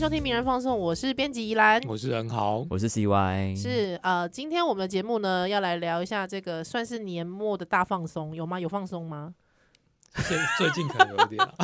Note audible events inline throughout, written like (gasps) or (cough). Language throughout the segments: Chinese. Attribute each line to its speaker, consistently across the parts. Speaker 1: 收听《名人放送》，我是编辑宜兰，
Speaker 2: 我是任豪，
Speaker 3: 我是 CY，
Speaker 1: 是呃，今天我们的节目呢，要来聊一下这个算是年末的大放松，有吗？有放松
Speaker 3: (laughs)
Speaker 1: 吗？
Speaker 2: 最最近可能有点
Speaker 1: (laughs)
Speaker 2: 啊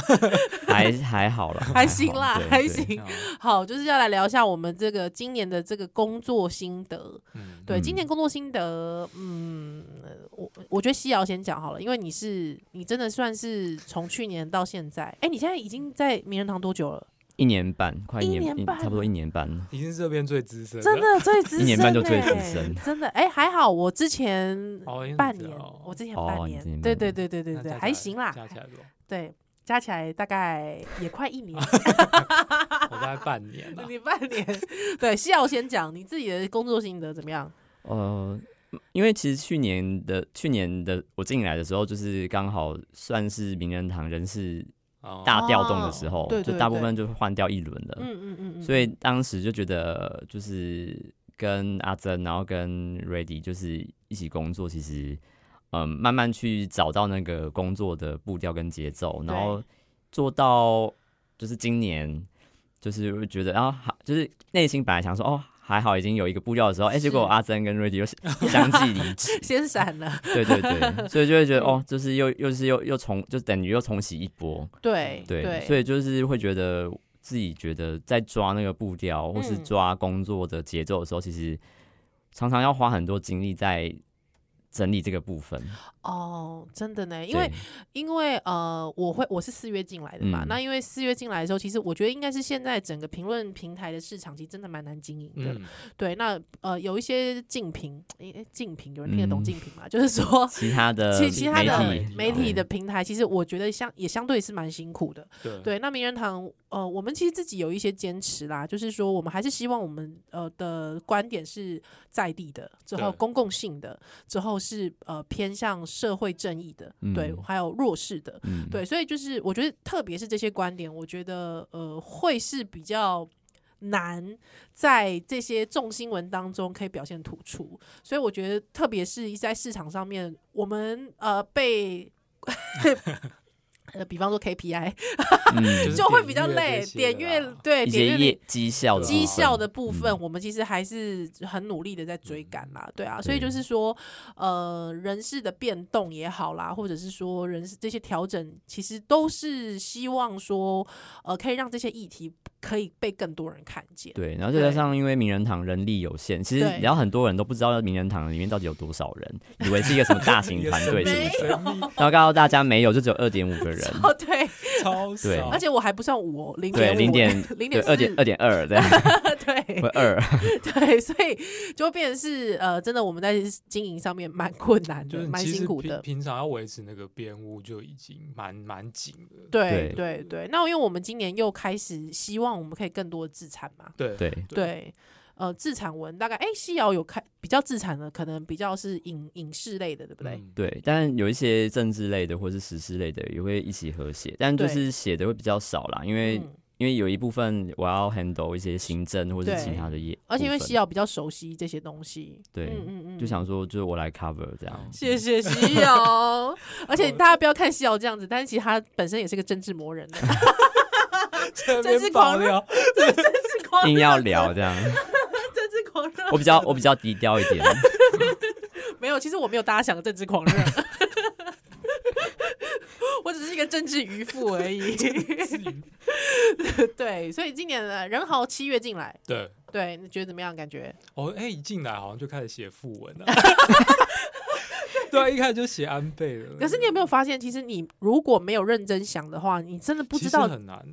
Speaker 3: 还还好啦，
Speaker 1: 还行啦
Speaker 3: 好，
Speaker 1: 还。
Speaker 3: 哦对对
Speaker 1: 行。好，就是要来聊一下我们这个今年的这个工作心得。
Speaker 2: 嗯，
Speaker 1: 对，
Speaker 3: 嗯
Speaker 1: 今年工作心得，嗯，我我觉得西瑶先讲好了，因为你是你真的算是从去年到现在，哎、你现在已经在名人堂多久了？
Speaker 3: 一年半，快一
Speaker 1: 一年半啊
Speaker 3: 差不多一年半了。
Speaker 2: 已经是这边最资深了，
Speaker 1: 真的最资深、欸，
Speaker 3: (laughs) 一年半就最资深
Speaker 1: 真的哎、还好我之前
Speaker 2: 哦，因为
Speaker 1: 半
Speaker 2: 你知
Speaker 1: 年
Speaker 2: 道，
Speaker 1: 我之前
Speaker 3: 哦
Speaker 1: 半
Speaker 3: 你
Speaker 1: 年
Speaker 3: 之前，半
Speaker 1: 对
Speaker 3: 年
Speaker 1: 对对对对
Speaker 2: 那
Speaker 1: 对，
Speaker 2: 加起
Speaker 1: 还
Speaker 2: 来
Speaker 1: 行啦，
Speaker 2: 加起来多少，
Speaker 1: 对，加起来大
Speaker 3: (laughs)
Speaker 1: 概也快一年，
Speaker 2: 我大概半年了。
Speaker 1: 你半年，对，西瑶先讲你自己的工作心得怎么样？
Speaker 3: 呃，因为其实去年的去年的我进来的时候，就是刚好算是名人堂人事
Speaker 2: 哦
Speaker 3: 大调动的时候，
Speaker 1: 对对
Speaker 3: 就大部
Speaker 1: 对
Speaker 3: 分就换掉一轮了。
Speaker 1: 嗯嗯嗯嗯，
Speaker 3: 所以当时就觉得，就是跟阿珍，然后跟 Ready 就是一起工作，其实嗯，慢慢去找到那个工作的步调跟节奏，然后做到就是今年，就是会觉得啊，好就是内心本来想说哦。还好已经有一个步调的时候，哎、
Speaker 1: 是
Speaker 3: 结果阿珍跟 Ready 又是相继离职， (laughs)
Speaker 1: 先闪了，
Speaker 3: 对对对，所以就会觉得哦，就是又又是又又重，就等于又重洗一波，
Speaker 1: 对
Speaker 3: 对，
Speaker 1: 对，
Speaker 3: 所
Speaker 1: 以
Speaker 3: 以就是会觉得自己觉得在抓那个步调，或是
Speaker 1: 嗯
Speaker 3: 抓工作的节奏的时候，其实常常要花很多精力在整理这个部分。
Speaker 1: 哦，真的呢，因为
Speaker 3: 对
Speaker 1: 因为呃，我会我是四月进来的嘛，
Speaker 3: 嗯
Speaker 1: 那因为四月进来的时候，其实我觉得应该是现在整个评论平台的市场其实真的蛮难经营的，
Speaker 2: 嗯，
Speaker 1: 对，那呃有一些竞评，诶、诶竞评有人听得懂
Speaker 3: 嗯
Speaker 1: 竞评吗？就是
Speaker 3: (laughs)
Speaker 1: 说。
Speaker 3: 其他
Speaker 1: (laughs)
Speaker 3: 的
Speaker 1: 其其他的
Speaker 3: 媒体
Speaker 1: 媒体
Speaker 3: 对
Speaker 1: 的平台，其实我觉得相也相对是蛮辛苦的。
Speaker 2: 对，
Speaker 1: 对，那名人堂，呃，我们其实自己有一些坚持啦，就是说我们还是希望我们呃的观点是在地的，之后
Speaker 2: 对
Speaker 1: 公共性的，之后是呃偏向社会正义的，对，
Speaker 3: 嗯
Speaker 1: 还有弱势的，
Speaker 3: 嗯，
Speaker 1: 对，所以就是我觉得，特别是这些观点，我觉得呃会是比较。难在这些重新闻当中可以表现突出，所以我觉得，特别是在市场上面，我们呃被 (laughs) 呃，比方说 KPI
Speaker 3: 嗯
Speaker 2: 就是
Speaker 1: 就会比较
Speaker 2: 点阅
Speaker 1: 累
Speaker 2: 这，些
Speaker 1: 点阅
Speaker 2: 啦
Speaker 1: (laughs) 对
Speaker 3: 一
Speaker 1: 点阅
Speaker 3: 些
Speaker 1: 率
Speaker 3: 业绩效的
Speaker 1: 绩
Speaker 3: 部分
Speaker 1: 效的部分，
Speaker 3: 嗯
Speaker 1: 我们其实还是很努力的在追赶啦，对啊，所以就是说，呃，人事的变动也好啦，或者是说人事这些调整，其实都是希望说，呃，可以让这些议题可以被更多人看见。 (laughs)
Speaker 3: 对，然后再加上因为名人堂人力有限，其实
Speaker 1: 对
Speaker 3: 然后很多人都不知道名人堂里面到底有多少人，以为是一个什么
Speaker 2: (laughs)
Speaker 3: 大型团队是不
Speaker 1: 没
Speaker 3: 是？
Speaker 2: 神秘
Speaker 1: (laughs)
Speaker 3: 然后告诉大家没有，就只有二点五个人，
Speaker 1: 哦，对，
Speaker 2: 超少，
Speaker 3: 对
Speaker 1: 而且我还不算五哦，零
Speaker 3: 对，
Speaker 1: 点
Speaker 3: 零点
Speaker 1: 零
Speaker 3: 对
Speaker 1: 点
Speaker 3: 二点二点二这样，
Speaker 1: 对
Speaker 3: 会二。
Speaker 1: 对，所以就变成是呃，真的我们在经营上面蛮困难
Speaker 2: 就是
Speaker 1: 的，
Speaker 2: 你
Speaker 1: 蛮
Speaker 2: 其
Speaker 1: 辛
Speaker 2: 实
Speaker 1: 苦
Speaker 2: 平
Speaker 1: 的。
Speaker 2: 平常要维持那个编务就已经蛮蛮紧的。
Speaker 1: 对
Speaker 3: 对
Speaker 1: 对对，那因为我们今年又开始希望我们可以更多的自产嘛，
Speaker 2: 对
Speaker 3: 对，
Speaker 1: 对，呃，自产文大概，哎，西瑶有开比较自产的，可能比较是影影视类的，对不对？
Speaker 2: 嗯
Speaker 3: 对，但有一些政治类的或是时事类的也会一起合写，但就
Speaker 1: 对
Speaker 3: 是写的会比较少啦，因为、
Speaker 1: 嗯，
Speaker 3: 因为有一部分我要 handle 一些行政或是
Speaker 1: 对
Speaker 3: 其他的业，
Speaker 1: 而且因为
Speaker 3: 部分
Speaker 1: 西瑶比较熟悉这些东西，
Speaker 3: 对
Speaker 1: 嗯嗯嗯，
Speaker 3: 就想说就是我来 cover 这样，
Speaker 1: (laughs) 谢谢西
Speaker 3: (laughs)
Speaker 1: 瑶，而且大家不要看西瑶这样子，但是其实他本身也是个政治魔人的，
Speaker 3: (laughs)
Speaker 2: 这
Speaker 1: 真
Speaker 2: 边
Speaker 1: 是
Speaker 2: 爆
Speaker 1: 狂
Speaker 2: 料， (laughs)
Speaker 1: 是狂
Speaker 3: 硬要
Speaker 1: (laughs)
Speaker 3: 聊这样，
Speaker 1: 政治狂热，
Speaker 3: 我比较我比较低调一点，
Speaker 1: 没有，其实我没有大家想的政治狂热。 (laughs) 我只是一个政治渔夫而
Speaker 3: (laughs)
Speaker 1: 已，对，所以今年的人豪七月进来，
Speaker 2: 对。
Speaker 1: 对，你觉得怎么样？感觉
Speaker 2: 哦，哎、一进来好像就开始写副文了、 (laughs) 对啊，一开始就写安倍了。
Speaker 1: 可是你有没有发现，其实你如果没有认真想的话，你真的不
Speaker 2: 其
Speaker 1: 知
Speaker 2: 实
Speaker 1: 道
Speaker 2: 很难，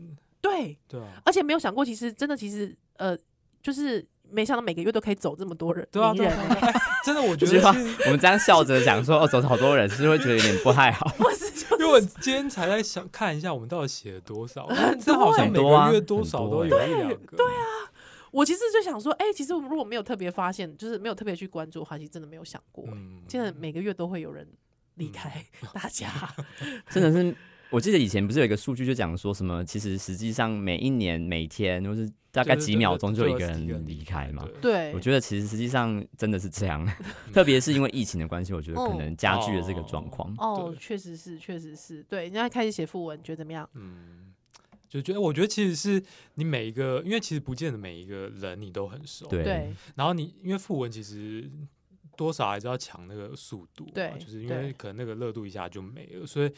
Speaker 1: 对，
Speaker 2: 对啊，
Speaker 1: 而且没有想过，其实真的其实呃，就是没想到每个月都可以走这么多人，
Speaker 2: 对啊，
Speaker 1: 名
Speaker 2: 对
Speaker 1: 人
Speaker 2: 啊，对啊哎真的，我觉
Speaker 3: 这句话
Speaker 2: 得是。
Speaker 3: 我们这样笑着讲说哦走好多人，是不是会觉得有点不太
Speaker 1: (laughs)
Speaker 3: 好？
Speaker 1: (laughs) 不是就
Speaker 2: 因为我今天才在想看一下我们到底写了多少，这
Speaker 1: 多欸
Speaker 2: 好像
Speaker 3: 很
Speaker 2: 每
Speaker 3: 多欸啊
Speaker 2: 个月多少都有一两个。对啊，
Speaker 1: 我其实就想说，哎、其实如果没有特别发现，就是没有特别去关注的话，其实真的没有想过、
Speaker 2: 嗯，
Speaker 1: 现在每个月都会有人离开
Speaker 2: (laughs)
Speaker 1: 大家，
Speaker 3: 真的是，我记得以前不是有一个数据就讲说什么，其实实际上每一年每天都是大概
Speaker 2: 对对
Speaker 3: 几
Speaker 2: 对
Speaker 3: 秒
Speaker 2: 对
Speaker 3: 钟
Speaker 2: 就
Speaker 3: 就有一
Speaker 2: 二
Speaker 3: 个
Speaker 2: 十几个
Speaker 3: 人
Speaker 2: 人
Speaker 3: 离开嘛。
Speaker 2: 对
Speaker 1: 对
Speaker 3: 我，觉得其实实际上真的是
Speaker 1: (laughs)
Speaker 3: 这样，特别是因为疫情的关系，我觉得可能加剧了这个状况。
Speaker 1: 哦，
Speaker 2: 对
Speaker 1: 确实是，确实是对，人家开始写副文，你觉得怎么样？
Speaker 2: 嗯，就觉得我觉得其实是你每一个，因为其实不见得每一个人你都很熟，
Speaker 3: 对
Speaker 1: 对
Speaker 2: 然后你因为副文其实多少还是要抢那个速度嘛，
Speaker 1: 对
Speaker 2: 就是因
Speaker 1: 对
Speaker 2: 为可能那个热度一下就没了，所以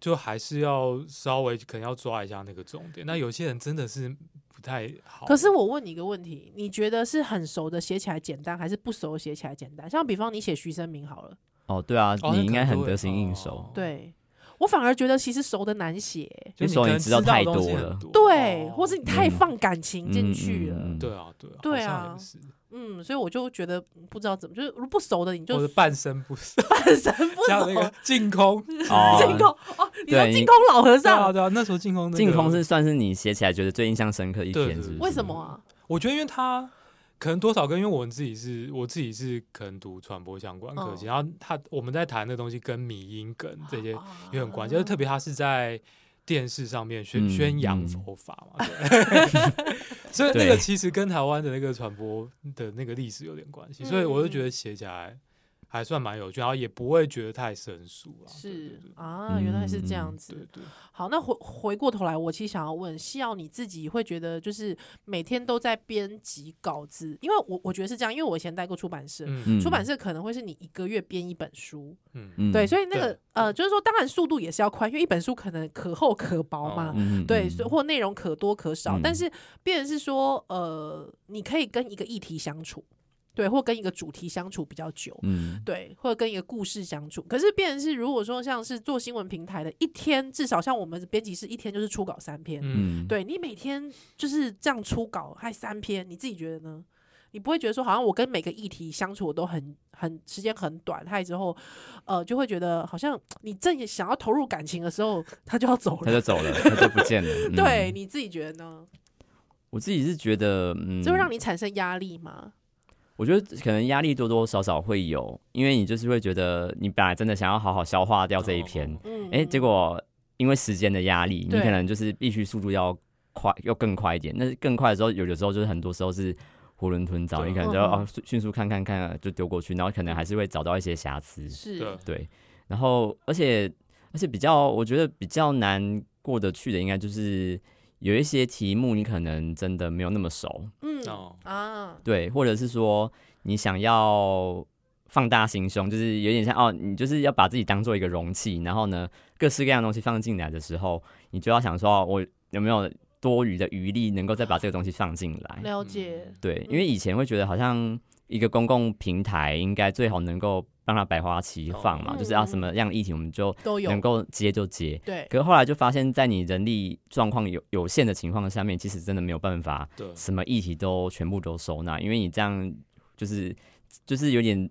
Speaker 2: 就还是要稍微可能要抓一下那个重点。那有些人真的是不太好，
Speaker 1: 可是我问你一个问题，你觉得是很熟的写起来简单，还是不熟的写起来简单？像比方你写徐生明好了，
Speaker 3: 哦，对啊，
Speaker 2: 哦那
Speaker 3: 你应该
Speaker 2: 可能
Speaker 3: 很
Speaker 2: 都会
Speaker 3: 得心应
Speaker 2: 哦
Speaker 3: 手。
Speaker 1: 对我反而觉得其实熟的难写，
Speaker 2: 就
Speaker 3: 那时候
Speaker 2: 可
Speaker 3: 你
Speaker 2: 能
Speaker 3: 知
Speaker 2: 知
Speaker 3: 道
Speaker 2: 的
Speaker 3: 太
Speaker 2: 东西
Speaker 3: 多
Speaker 2: 很
Speaker 3: 了
Speaker 1: 对，
Speaker 2: 哦
Speaker 1: 或是你太
Speaker 3: 嗯
Speaker 1: 放感情进去了，
Speaker 3: 嗯嗯嗯
Speaker 2: 对啊，对啊，
Speaker 1: 对
Speaker 2: 好像
Speaker 1: 啊
Speaker 2: 也是，
Speaker 1: 嗯，所以我就觉得不知道怎么，就是如果不熟的你就
Speaker 2: 或者半生不死，
Speaker 1: 半生 (laughs) 不
Speaker 2: 哦像
Speaker 1: 熟 (laughs)
Speaker 2: 那。个净空，
Speaker 3: 哦
Speaker 1: 净空哦，你说
Speaker 3: 对你
Speaker 1: 净空老和
Speaker 2: 对啊，
Speaker 1: 尚，
Speaker 2: 对啊，那时候净空那个，
Speaker 3: 净空是算是你写起来觉得最印象深刻一
Speaker 2: 对
Speaker 3: 篇，
Speaker 2: 对
Speaker 3: 是不是？
Speaker 1: 为什么啊？
Speaker 2: 我觉得因为他可能多少跟因为我们自己是我自己是可能读传播相关科系，
Speaker 1: 嗯
Speaker 2: 然后他我们在谈的东西跟迷音梗这些
Speaker 1: 啊
Speaker 2: 也很关系，而特别他是在电视上面宣、
Speaker 3: 嗯
Speaker 2: 宣扬
Speaker 3: 嗯
Speaker 2: 佛法嘛，
Speaker 3: (laughs)
Speaker 2: 对所以那个
Speaker 3: 对
Speaker 2: 其实跟台湾的那个传播的那个历史有点关系，所以我就
Speaker 1: 嗯
Speaker 2: 觉得写起来还算蛮有趣，然后也不会觉得太生疏啊。对
Speaker 1: 是啊，原来是这样子。
Speaker 2: 对对对，
Speaker 1: 好，那回回过头来，我其实想要问西瑶，你自己会觉得就是每天都在编辑稿子，因为我我觉得是这样，因为我以前待过出版社，
Speaker 2: 嗯
Speaker 3: 嗯
Speaker 1: 出版社可能会是你一个月编一本书，
Speaker 2: 嗯
Speaker 3: 嗯
Speaker 1: 对，所以那
Speaker 2: 对
Speaker 1: 个呃，就是说当然速度也是要快，因为一本书可能可厚可薄嘛，
Speaker 2: 哦
Speaker 3: 嗯
Speaker 1: 对，
Speaker 3: 嗯
Speaker 1: 所以或内容可多可少，但
Speaker 3: 嗯
Speaker 1: 是变成是说呃，你可以跟一个议题相处，对，或跟一个主题相处比较久。
Speaker 3: 嗯
Speaker 1: 对，或者跟一个故事相处。可是，变成是如果说像是做新闻平台的，一天至少像我们编辑室一天就是初稿三篇，
Speaker 2: 嗯
Speaker 3: 嗯，
Speaker 1: 对你每天就是这样初稿还三篇，你自己觉得呢？你不会觉得说好像我跟每个议题相处都很很时间很短，害之后，呃，就会觉得好像你正想要投入感情的时候，他就要走
Speaker 3: 他
Speaker 1: 了。
Speaker 3: 就走了，他就不
Speaker 1: (laughs)
Speaker 3: 见了。嗯
Speaker 1: 对，，你自己觉得呢？
Speaker 3: 我自己是觉得，嗯，
Speaker 1: 这会让你产生压力吗？
Speaker 3: 我觉得可能压力多多少少会有，因为你就是会觉得你本来真的想要好好消化掉这一篇，
Speaker 2: 哦
Speaker 1: 嗯，
Speaker 3: 哎、结果因为时间的压力，你
Speaker 1: 对
Speaker 3: 可能就是必须速度要快，要更快一点。那更快的时候，有的时候就是很多时候是囫囵吞枣，
Speaker 2: 对
Speaker 3: 你可能就要、
Speaker 1: 嗯嗯
Speaker 3: 哦迅迅速看看看就丢过去，然后可能还是会找到一些瑕疵。
Speaker 1: 是
Speaker 2: 哦对，
Speaker 3: 对，然后而且而且比较，我觉得比较难过得去的，应该就是有一些题目你可能真的没有那么熟，
Speaker 1: 嗯
Speaker 2: 哦
Speaker 1: 啊，
Speaker 3: 对，或者是说你想要放大心胸，就是有点像哦，你就是要把自己当做一个容器，然后呢，各式各样的东西放进来的时候，你就要想说，哦我有没有多余的余力能够再把这个东西放进来？
Speaker 1: 了
Speaker 2: 嗯
Speaker 1: 解，
Speaker 3: 对，因为以前会觉得好像一个公共平台应该最好能够让它百花齐放嘛，
Speaker 1: 哦
Speaker 3: 就是要啊什么样的议题我们就
Speaker 1: 都有
Speaker 3: 能够接就接。
Speaker 1: 对，
Speaker 3: 可是后来就发现，在你人力状况有有限的情况下面，其实真的没有办法
Speaker 2: 对，
Speaker 3: 什么议题都全部都收纳，因为你这样就是就是有点，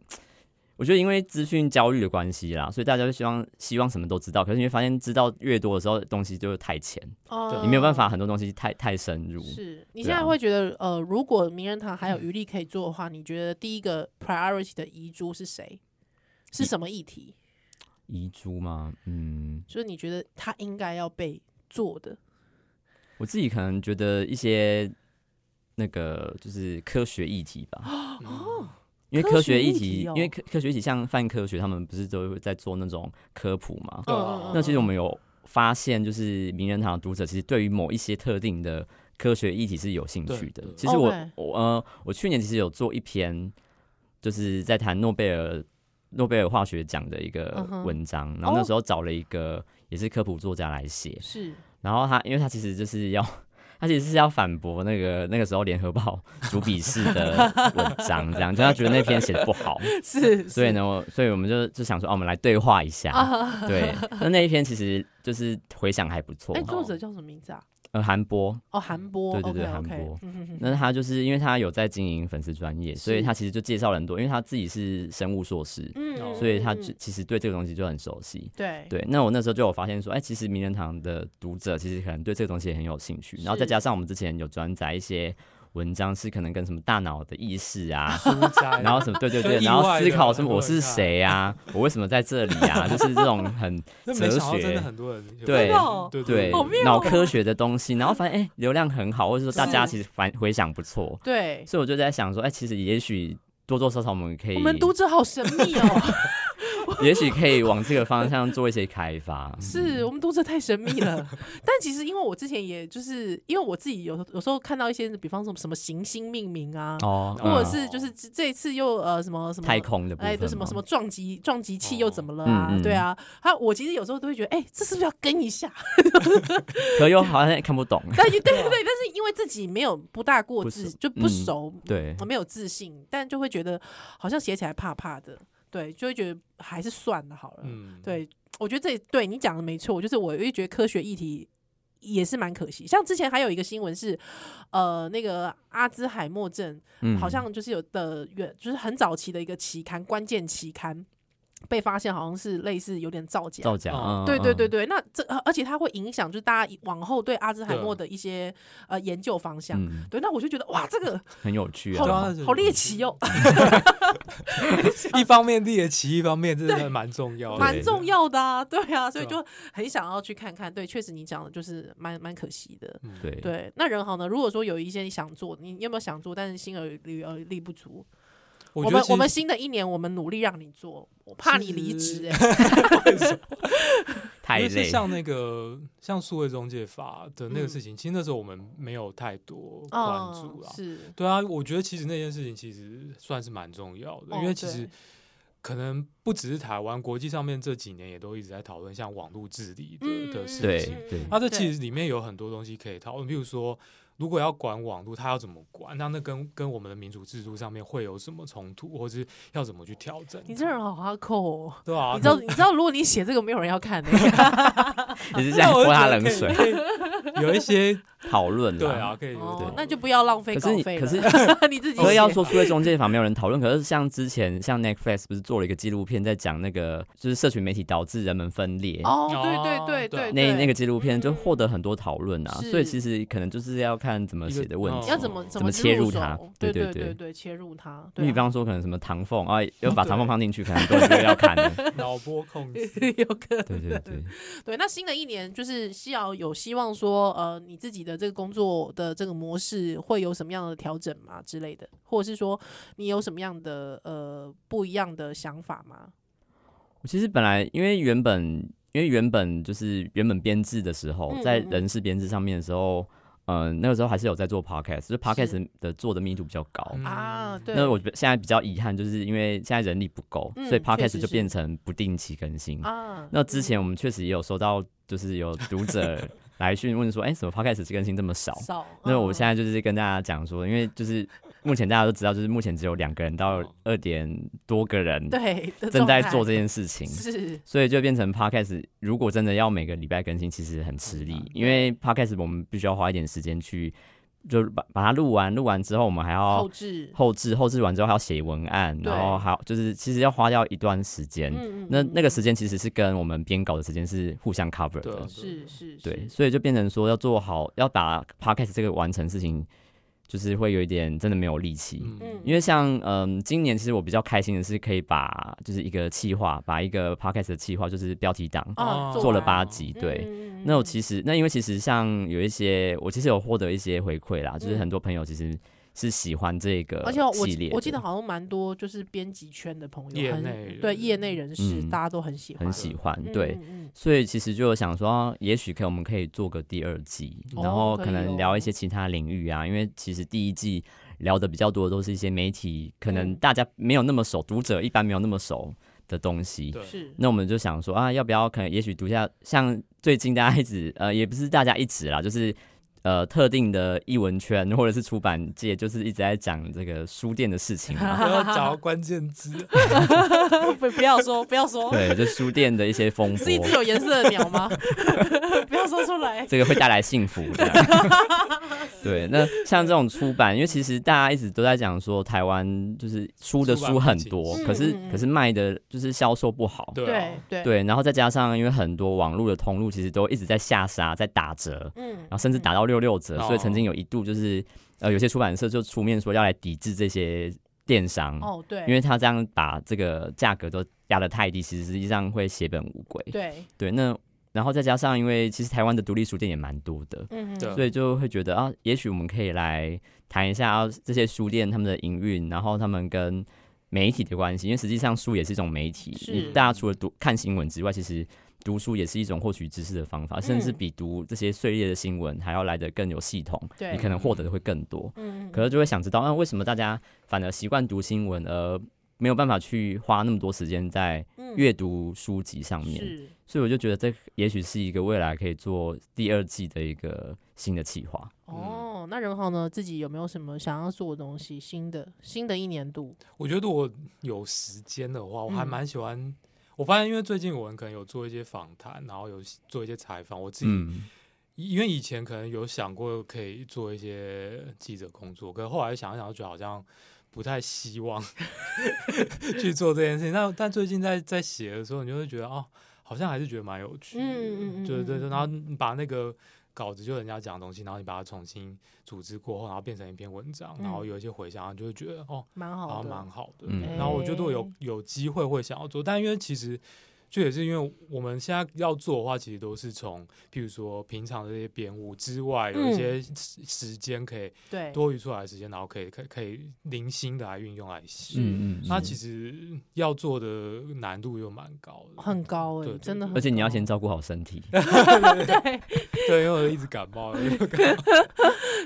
Speaker 3: 我觉得因为资讯焦虑的关系啦，所以大家就希望希望什么都知道，可是你会发现知道越多的时候，东西就是太浅，
Speaker 1: 哦
Speaker 3: 你没有办法很多东西太太深入。
Speaker 1: 是你
Speaker 3: 对
Speaker 1: 现在
Speaker 3: 啊
Speaker 1: 会觉得，呃，如果名人堂还有余力可以做的话，你觉得第一个 priority 的遗珠是谁？是
Speaker 3: 遗
Speaker 1: 什么议题？
Speaker 3: 遗珠吗？嗯，
Speaker 1: 就是你觉得他应该要被做的，
Speaker 3: 我自己可能觉得一些那个就是科学议题
Speaker 1: (gasps)
Speaker 3: 吧，
Speaker 2: 哦，
Speaker 3: 因为
Speaker 1: 科
Speaker 3: 科
Speaker 1: 学
Speaker 3: 学议
Speaker 1: 议
Speaker 3: 题
Speaker 1: 题，哦
Speaker 3: 因为科科学议题像泛科学，他们不是都会在做那种科普嘛，
Speaker 2: 对啊
Speaker 1: 嗯嗯嗯
Speaker 3: 那其实我们有发现，就是名人堂的读者其实对于某一些特定的科学议题是有兴趣的
Speaker 2: 对对。
Speaker 3: 其实我
Speaker 1: OK
Speaker 3: 我呃，我去年其实有做一篇，就是在谈诺贝尔诺贝尔化学奖的一
Speaker 1: 嗯
Speaker 3: 个
Speaker 1: 哼哦
Speaker 3: 文章，然后那时候找了一个也是科普作家来写，
Speaker 1: 嗯
Speaker 3: (laughs)
Speaker 1: 是
Speaker 3: 然后他因为他其实就是要。 (laughs) 他其实是要反驳那个那个时候联合报 (laughs) 主笔式的文章，这样，就他觉得那篇写的不好，
Speaker 1: 是，
Speaker 3: 所以呢，我所以我们就就想说，哦，我们来对话一下，
Speaker 1: 啊， (laughs)
Speaker 3: 对，那那一篇其实就是回想还不错
Speaker 1: 哎，，作者叫什么名字啊？
Speaker 3: 呃，韩波，
Speaker 1: 哦，韩波
Speaker 3: 对对对
Speaker 1: ，OK，OK，
Speaker 3: 韩波
Speaker 1: 嗯哼哼
Speaker 3: 那他就是因为他有在经营粉丝专业，所以
Speaker 1: 是
Speaker 3: 他其实就介绍了很多，因为他自己是生物硕士，
Speaker 1: 嗯嗯
Speaker 3: 哦所以他
Speaker 1: 嗯嗯哎
Speaker 3: 就其实对这个东西就很熟悉。
Speaker 1: 对
Speaker 3: 对，那我那时候就有发现说，哎，其实名人堂的读者其实可能对这个东西也很有兴趣，然后再
Speaker 1: 是
Speaker 3: 加上我们之前有转载一些文章，是可能跟什么大脑的意识啊，
Speaker 2: 书
Speaker 3: (laughs)
Speaker 2: 斋，
Speaker 3: 然后什么对对
Speaker 2: 就
Speaker 3: 对，
Speaker 2: 意
Speaker 3: 然后
Speaker 2: 外
Speaker 3: 思
Speaker 2: 的
Speaker 3: 考
Speaker 2: 很
Speaker 3: 什么
Speaker 2: 多
Speaker 3: 我
Speaker 2: 人
Speaker 3: 是
Speaker 2: 看
Speaker 3: 谁啊，我为什么在这里啊，就是这种很
Speaker 2: 那没想到真
Speaker 3: 哲学
Speaker 2: 的很多人有
Speaker 3: 对
Speaker 1: 真的哦
Speaker 2: 对
Speaker 3: 对
Speaker 1: 好妙，
Speaker 3: 脑
Speaker 1: 哦
Speaker 3: 科学的东西，然后发现哎、流量很好，或者说大家
Speaker 1: 是
Speaker 3: 其实反回想不错，
Speaker 1: 对，
Speaker 3: 所以我就在想说，哎、其实也许多多少少我们可以，
Speaker 1: 我
Speaker 3: (laughs)
Speaker 1: 们读者好神秘哦，
Speaker 3: 也许可以往这个方向做一些开发。
Speaker 1: 是我们读者太神秘了，但其实因为我之前也就是因为我自己有有时候看到一些，比方说什么行星命名啊，
Speaker 3: 哦，
Speaker 1: 或者
Speaker 3: 嗯
Speaker 1: 是就是这这一次又呃什么什么
Speaker 3: 太空的部
Speaker 1: 哎，
Speaker 3: 分
Speaker 1: 对
Speaker 3: 吗，
Speaker 1: 什么什么撞击撞击器又怎么了
Speaker 3: 嗯
Speaker 1: 啊？
Speaker 3: 嗯
Speaker 1: 对啊，还有我其实有时候都会觉得，哎、这是不是要跟一下？ (laughs)
Speaker 3: 可又好像也看不懂。
Speaker 1: 但也对对对，但是因为自己没有不大过
Speaker 3: 啊不
Speaker 1: 自，
Speaker 3: 熟
Speaker 1: 就不
Speaker 3: 嗯
Speaker 1: 熟，
Speaker 3: 对，
Speaker 1: 没有自信，但就会觉得好像写起来怕怕的，对，就会觉得还是算了好了。
Speaker 2: 嗯，，
Speaker 1: 对，我觉得这对你讲的没错，就是我也觉得科学议题。也是蛮可惜，像之前还有一个新闻是，呃，那个阿兹海默症，
Speaker 3: 嗯，
Speaker 1: 好像就是有的远，就是很早期的一个期刊，关键期刊被发现好像是类似有点造假。
Speaker 3: 造假，
Speaker 2: 哦
Speaker 3: 嗯
Speaker 1: 对对对，
Speaker 3: 嗯
Speaker 1: 对，那这呃而且它会影响，就是大家往后对阿兹海默的一些呃研究方向。
Speaker 3: 嗯，
Speaker 1: 对，那我就觉得哇，这个
Speaker 3: 很有趣
Speaker 1: 好
Speaker 2: 对
Speaker 3: 啊。
Speaker 2: 啊
Speaker 1: 好猎奇哦，
Speaker 2: 一方面猎奇，一方面真的蛮重要的，
Speaker 1: 蛮重要的啊，对啊，所以
Speaker 2: 对
Speaker 1: 就很想要去看看。对，确实你讲的就是蛮蛮可惜的。
Speaker 2: 嗯。
Speaker 3: 对，
Speaker 1: 对，那人好呢？如果说有一些你想做，你你有没有想做，但是心而力而力不足？我
Speaker 2: 我觉得
Speaker 1: 们
Speaker 2: 其实
Speaker 1: 我们新的一年，我们努力让你做，我怕你离职、欸。
Speaker 3: 太
Speaker 2: 因为是
Speaker 3: 累。
Speaker 2: 像那个像数位中介法的那个事情，其实那时候我们没有太多关
Speaker 1: 嗯哦，
Speaker 2: 注啦。
Speaker 1: 是，
Speaker 2: 对啊，我觉得其实那件事情其实算是蛮重要的，
Speaker 1: 哦
Speaker 2: 因为其
Speaker 1: 对
Speaker 2: 实可能不只是台湾，国际上面这几年也都一直在讨论像网络治理的、
Speaker 1: 嗯
Speaker 2: 的事
Speaker 3: 对
Speaker 2: 情。
Speaker 3: 对
Speaker 2: 它这其实里面有很多东西可以讨论，比如说如果要管网络，它要怎么管？那那跟跟我们的民主制度上面会有什么冲突，或是要怎么去调整它？
Speaker 1: 你这人好哈扣哦。
Speaker 2: 对啊，
Speaker 1: 你知道，你知道，如果你写这个，没有人要
Speaker 2: (laughs)
Speaker 1: 看的、哦
Speaker 3: 也是
Speaker 2: 那
Speaker 3: 在
Speaker 2: 我
Speaker 3: 泼
Speaker 2: 就
Speaker 3: 他
Speaker 2: 觉得
Speaker 3: 冷
Speaker 2: 可以 (laughs)
Speaker 3: 水，
Speaker 2: 可以有一
Speaker 3: (laughs)
Speaker 2: 些
Speaker 3: 讨论啦
Speaker 2: 对啊，。可以有一
Speaker 1: 哦
Speaker 2: 点，
Speaker 1: 那就不要浪费
Speaker 3: 可
Speaker 1: 稿
Speaker 3: 是你
Speaker 1: 费了。
Speaker 3: 可是
Speaker 1: (laughs) 你自己
Speaker 3: 所以
Speaker 1: 写
Speaker 3: 要说数位中介法没有人讨论，可是像之前像 Netflix 不是做了一个纪录片，在讲那个就是社群媒体导致人们分裂，
Speaker 1: 哦，对对对
Speaker 2: 对
Speaker 1: 对，
Speaker 2: 啊
Speaker 3: 那
Speaker 1: 对
Speaker 3: 那个纪录片就获得很多讨论啊，
Speaker 1: 是
Speaker 3: 所以其实可能就是要看怎么写的问
Speaker 2: 一
Speaker 3: 题
Speaker 2: 个
Speaker 1: 要
Speaker 2: 哦。
Speaker 1: 怎么
Speaker 3: 怎么
Speaker 1: 去
Speaker 3: 切入
Speaker 1: 手
Speaker 3: 它
Speaker 1: 对
Speaker 3: 对
Speaker 1: 对
Speaker 3: 对
Speaker 1: 对
Speaker 3: 对
Speaker 1: 对，切入它。对啊
Speaker 3: 比方说可能什么唐凤啊，要
Speaker 1: (laughs)
Speaker 3: 把
Speaker 2: 对
Speaker 3: 唐凤放进去，可能很多人就要看了。
Speaker 2: 脑波控制。
Speaker 1: (laughs) 有可能
Speaker 3: 对对对，
Speaker 1: 对，那新的一年就是希要有希望说，呃，你自己的这个工作的这个模式会有什么样的调整吗之类的，或者是说你有什么样的呃不一样的想法吗？
Speaker 3: 我其实本来因为原本因为原本就是原本编制的时候
Speaker 1: 嗯，
Speaker 3: 在
Speaker 1: 嗯嗯
Speaker 3: 人事编制上面的时候，嗯，那个时候还是有在做 podcast，就是 podcast 的做的密度比较高。
Speaker 2: 嗯
Speaker 1: 啊，对，
Speaker 3: 那我觉得现在比较遗憾，就是因为现在人力不够，
Speaker 1: 嗯
Speaker 3: 所以
Speaker 1: 确实
Speaker 3: podcast
Speaker 1: 是
Speaker 3: 就变成不定期更新。
Speaker 1: 啊，
Speaker 3: 那之前我们确实也有收到，就是有读
Speaker 1: (laughs)
Speaker 3: 者来讯问说，哎、怎么 podcast 更新这么少
Speaker 1: 嗯？少，
Speaker 3: 那我现
Speaker 1: 在
Speaker 3: 在就是跟大家讲说，因为就是目前大家都知道，就是目前只有两个人到
Speaker 2: 哦
Speaker 3: 二点多个人
Speaker 1: 对的
Speaker 3: 正在
Speaker 1: 状态
Speaker 3: 做这件事情，
Speaker 1: 是
Speaker 3: 所以就变成 podcast。如果真的要每个礼拜更新，其实很吃
Speaker 1: 啊
Speaker 3: 力，因为 podcast 我们必须要花一点时间去，就是把把它录完，录完之后我们还要
Speaker 1: 后置，
Speaker 3: 哦后置，后置完之后还要写文案，
Speaker 1: 对
Speaker 3: 然后还要就是其实要花掉一段时间。
Speaker 1: 嗯嗯，
Speaker 3: 那
Speaker 1: 嗯
Speaker 3: 那个时间其实是跟我们编稿的时间是互相 cover
Speaker 2: 对啊
Speaker 3: 的，
Speaker 1: 是是
Speaker 3: 对，
Speaker 1: 是
Speaker 3: 所以就变成说要做好，要把 podcast 这个完成事情，就是会有一点真的没有力气。
Speaker 2: 嗯，
Speaker 3: 因为像嗯，今年其实我比较开心的是，可以把就是一个企划，把一个 podcast 的企划，就是标题党
Speaker 1: 啊
Speaker 2: 哦
Speaker 3: 做了
Speaker 1: 完
Speaker 3: 八集，对。
Speaker 1: 嗯
Speaker 3: 那我
Speaker 1: 实
Speaker 3: 其实那因为其实像有一些，我其实有获得一些回馈啦，就是
Speaker 1: 嗯
Speaker 3: 很多朋友其实是喜欢这个
Speaker 1: 而且我
Speaker 3: 系列
Speaker 1: 我记得
Speaker 3: 的
Speaker 1: 好像蛮多就是编辑圈的朋
Speaker 2: 业
Speaker 1: 友，
Speaker 2: 内人
Speaker 1: 很对业内人士
Speaker 3: 嗯
Speaker 1: 大家都很喜欢，
Speaker 3: 很喜欢，
Speaker 1: 嗯
Speaker 3: 对。，
Speaker 1: 嗯嗯
Speaker 3: 所以其实就有想说，啊也许可以我们可以做个第二季，
Speaker 1: 哦
Speaker 3: 然后
Speaker 1: 可
Speaker 3: 可
Speaker 1: 以哦
Speaker 3: 能聊一些其他领域啊，因为其实第一季聊的比较多的都是一些媒体，可能
Speaker 1: 嗯
Speaker 3: 大家没有那么熟，读者一般没有那么熟的东西。
Speaker 2: 对，。
Speaker 3: (laughs)
Speaker 1: 是
Speaker 3: 那我们就想说啊，要不要可能也许读一下，像最近大家一直呃，也不是大家一直啦，就是呃特定的译文圈或者是出版界，就是一直在讲这个书店的事情嘛
Speaker 1: (laughs)
Speaker 2: 不要找关键字，
Speaker 3: (laughs)
Speaker 1: 不不要说，不要说，
Speaker 3: 对，就书店的一些风波
Speaker 1: 是，一只有颜色的鸟吗？ (laughs) 不要说出来。
Speaker 3: 这个会带来幸福。
Speaker 1: (laughs)
Speaker 3: 这样对，那像这种出版，因为其实大家一直都在讲说，台湾就是出的书很多
Speaker 1: 出版，
Speaker 3: 可
Speaker 1: 环境
Speaker 3: 是
Speaker 1: 嗯嗯嗯
Speaker 3: 可是卖的就是销售不好。
Speaker 2: (laughs) 对
Speaker 1: 对
Speaker 2: 啊，
Speaker 1: 对，
Speaker 3: 对，然后再加上因为很多网络的通路其实都一直在下杀，在打折，
Speaker 1: 嗯，然
Speaker 3: 然后甚至打到六六折，
Speaker 2: 嗯
Speaker 3: 所以曾
Speaker 1: 哦
Speaker 3: 经有一度就是呃有些出版社就出面说要来抵制这些电商，
Speaker 1: 哦，对，
Speaker 3: 因为他这样把这个价格都压得太低，其实实际上会血本无归。
Speaker 1: 对，
Speaker 3: 对，那然后再加上因为其实台湾的独立书店也蛮多的，
Speaker 1: 嗯，
Speaker 2: 对
Speaker 3: 所以就会觉得啊，也许我们可以来谈一下、啊、这些书店他们的营运，然后他们跟媒体的关系，因为实际上书也是一种媒体，
Speaker 1: 是
Speaker 3: 你大家除了读看新闻之外，其实读书也是一种获取知识的方法，甚至比读这些碎裂的新闻还要来得更有系统，
Speaker 1: 对
Speaker 3: 你可能获得的会更多。
Speaker 1: 嗯，
Speaker 3: 可是就会想知道，那啊为什么大家反而习惯读新闻，而没有办法去花那么多时间在
Speaker 1: 嗯
Speaker 3: 阅读书籍上面？
Speaker 1: 是
Speaker 3: 所以我就觉得这也许是一个未来可以做第二季的一个新的企划。
Speaker 2: 嗯
Speaker 1: 哦。那任浩呢，自己有没有什么想要做的东西？新的新的一年度，
Speaker 2: 我觉得如果有时间的话，我还
Speaker 1: 嗯
Speaker 2: 蛮喜欢。我发现，因为最近我们可能有做一些访谈，然后有做一些采访，我自己、
Speaker 3: 嗯，
Speaker 2: 因为以前可能有想过可以做一些记者工作，可是后来想一想，觉得好像不太希望 (laughs) 去做这件事情。但但最近在在写的时候，你就会觉得哦，好像还是觉得蛮有趣的，
Speaker 1: 嗯嗯嗯嗯
Speaker 2: 对对
Speaker 1: 嗯
Speaker 2: 对。
Speaker 1: 嗯
Speaker 2: 然后你把那个稿子，就人家讲的东西，然后你把它重新组织过后，然后变成一篇文章，
Speaker 1: 嗯
Speaker 2: 然后有一些回想，然后就会觉得哦，
Speaker 1: 蛮
Speaker 2: 好
Speaker 1: 好
Speaker 2: 像
Speaker 1: 的，
Speaker 2: 蛮好的。
Speaker 3: 嗯
Speaker 2: 然后我觉得我有
Speaker 1: 哎
Speaker 2: 有机会会想要做，但因为其实这也是因为我们现在要做的话，其实都是从譬如说平常的这些编务之外，有一些时时间可以
Speaker 1: 嗯对，
Speaker 2: 多余出来的时间，然后可以可以可以零星的来运用来写。
Speaker 3: 嗯嗯
Speaker 2: 那其实要做的难度又蛮高的，
Speaker 1: 很高哎、
Speaker 2: 对对
Speaker 1: 真的很
Speaker 2: 对
Speaker 1: 高，
Speaker 3: 而且你要先照顾好身 (laughs) 体。
Speaker 1: 对，
Speaker 2: 对，因为我一直感冒，一直感冒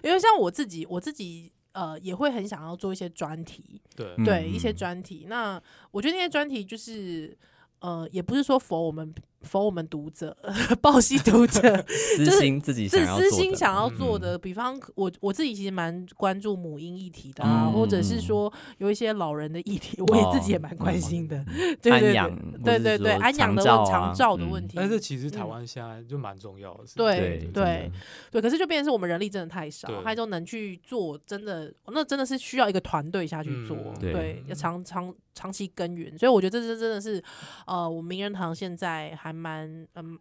Speaker 1: 因为像我自己，我自己呃也会很想要做一些专题，
Speaker 2: 对，
Speaker 3: 嗯
Speaker 1: 对一些专题。那我觉得那些专题就是。呃，也不是说否我们否我们读者， (laughs) 报喜读者，
Speaker 3: 私
Speaker 1: 是
Speaker 3: 心自己想
Speaker 1: 是
Speaker 3: 要
Speaker 1: 私
Speaker 3: 做
Speaker 1: 心
Speaker 3: 的
Speaker 1: 想要
Speaker 2: 嗯
Speaker 1: 做的。比方我我自己其实蛮关注母婴议题的啊，
Speaker 3: 嗯
Speaker 1: 或者
Speaker 3: 嗯
Speaker 1: 是
Speaker 3: 嗯
Speaker 1: 说有一些老人的议题，我也自己也
Speaker 3: 哦
Speaker 1: 蛮关
Speaker 3: 嗯
Speaker 1: 心的。 (laughs) 对
Speaker 3: 安
Speaker 1: 对
Speaker 3: 养
Speaker 1: 对，，
Speaker 3: 或
Speaker 1: 对
Speaker 3: 者
Speaker 1: 对
Speaker 3: 是
Speaker 1: 对，
Speaker 3: 说
Speaker 1: 安养的
Speaker 3: 长
Speaker 1: 问长
Speaker 3: 照
Speaker 1: 照
Speaker 3: 啊
Speaker 1: 的问，题，
Speaker 2: 但是其实台
Speaker 1: 嗯
Speaker 2: 湾现在就蛮重要的事情，
Speaker 3: 嗯
Speaker 1: 对
Speaker 3: 对
Speaker 1: 对，对，可是就变成是我们人力真的太少，
Speaker 2: 对
Speaker 1: 还有就能去做，真的那真的是需要一个团队下去做，
Speaker 2: 嗯
Speaker 3: 对
Speaker 1: 对，要长长长期耕耘。所以我觉得这是真的是，呃，我们名人堂现在还蛮嗯。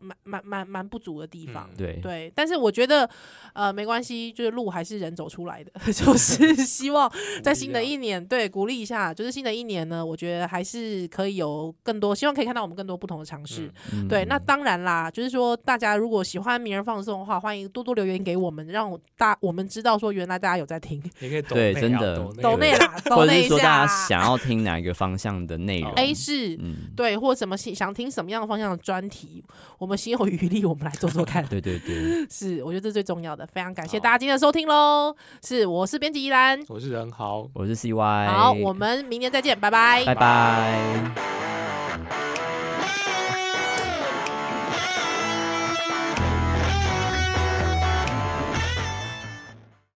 Speaker 1: 蛮蛮蛮蛮不足的地方，
Speaker 2: 嗯
Speaker 3: 对
Speaker 1: 对，但是我觉得，呃，没关系，就是路还是人走出来的， (laughs) 就是希望在新的一年，对，鼓励一下，就是新的一年呢，我觉得还是可以有更多，希望可以看到我们更多不同的尝试。
Speaker 2: 是
Speaker 3: 嗯
Speaker 1: 对，那
Speaker 3: 嗯
Speaker 1: 当然啦，就是说大家如果喜欢名人放送的话，欢迎多多留言给我们，让我大我们知道说原来大家有在听，
Speaker 2: 也可以抖
Speaker 3: (laughs) 对
Speaker 2: 内
Speaker 3: 真
Speaker 2: 啊
Speaker 3: 的
Speaker 1: 抖
Speaker 2: 内
Speaker 1: 内
Speaker 2: 啊
Speaker 1: 啦，抖
Speaker 3: 或者
Speaker 1: 内
Speaker 3: 是
Speaker 1: 一
Speaker 3: 说大家
Speaker 1: 下。哦哎
Speaker 3: 想要听哪一个方向的内容
Speaker 2: 好？
Speaker 1: A 是
Speaker 3: 嗯，
Speaker 1: 对，或什么想想听什么样的方向的专题，我们心有余力，我们来做做
Speaker 3: (laughs)。
Speaker 1: 看
Speaker 3: 对对对，
Speaker 1: 是，我觉得这是最重要的。非常感谢
Speaker 2: 好
Speaker 1: 大家今天的收听喽！是，我是编辑依兰。
Speaker 2: 我是任豪，
Speaker 3: 我是 CY，
Speaker 1: 好，我们明年再见，拜拜。
Speaker 3: 拜拜。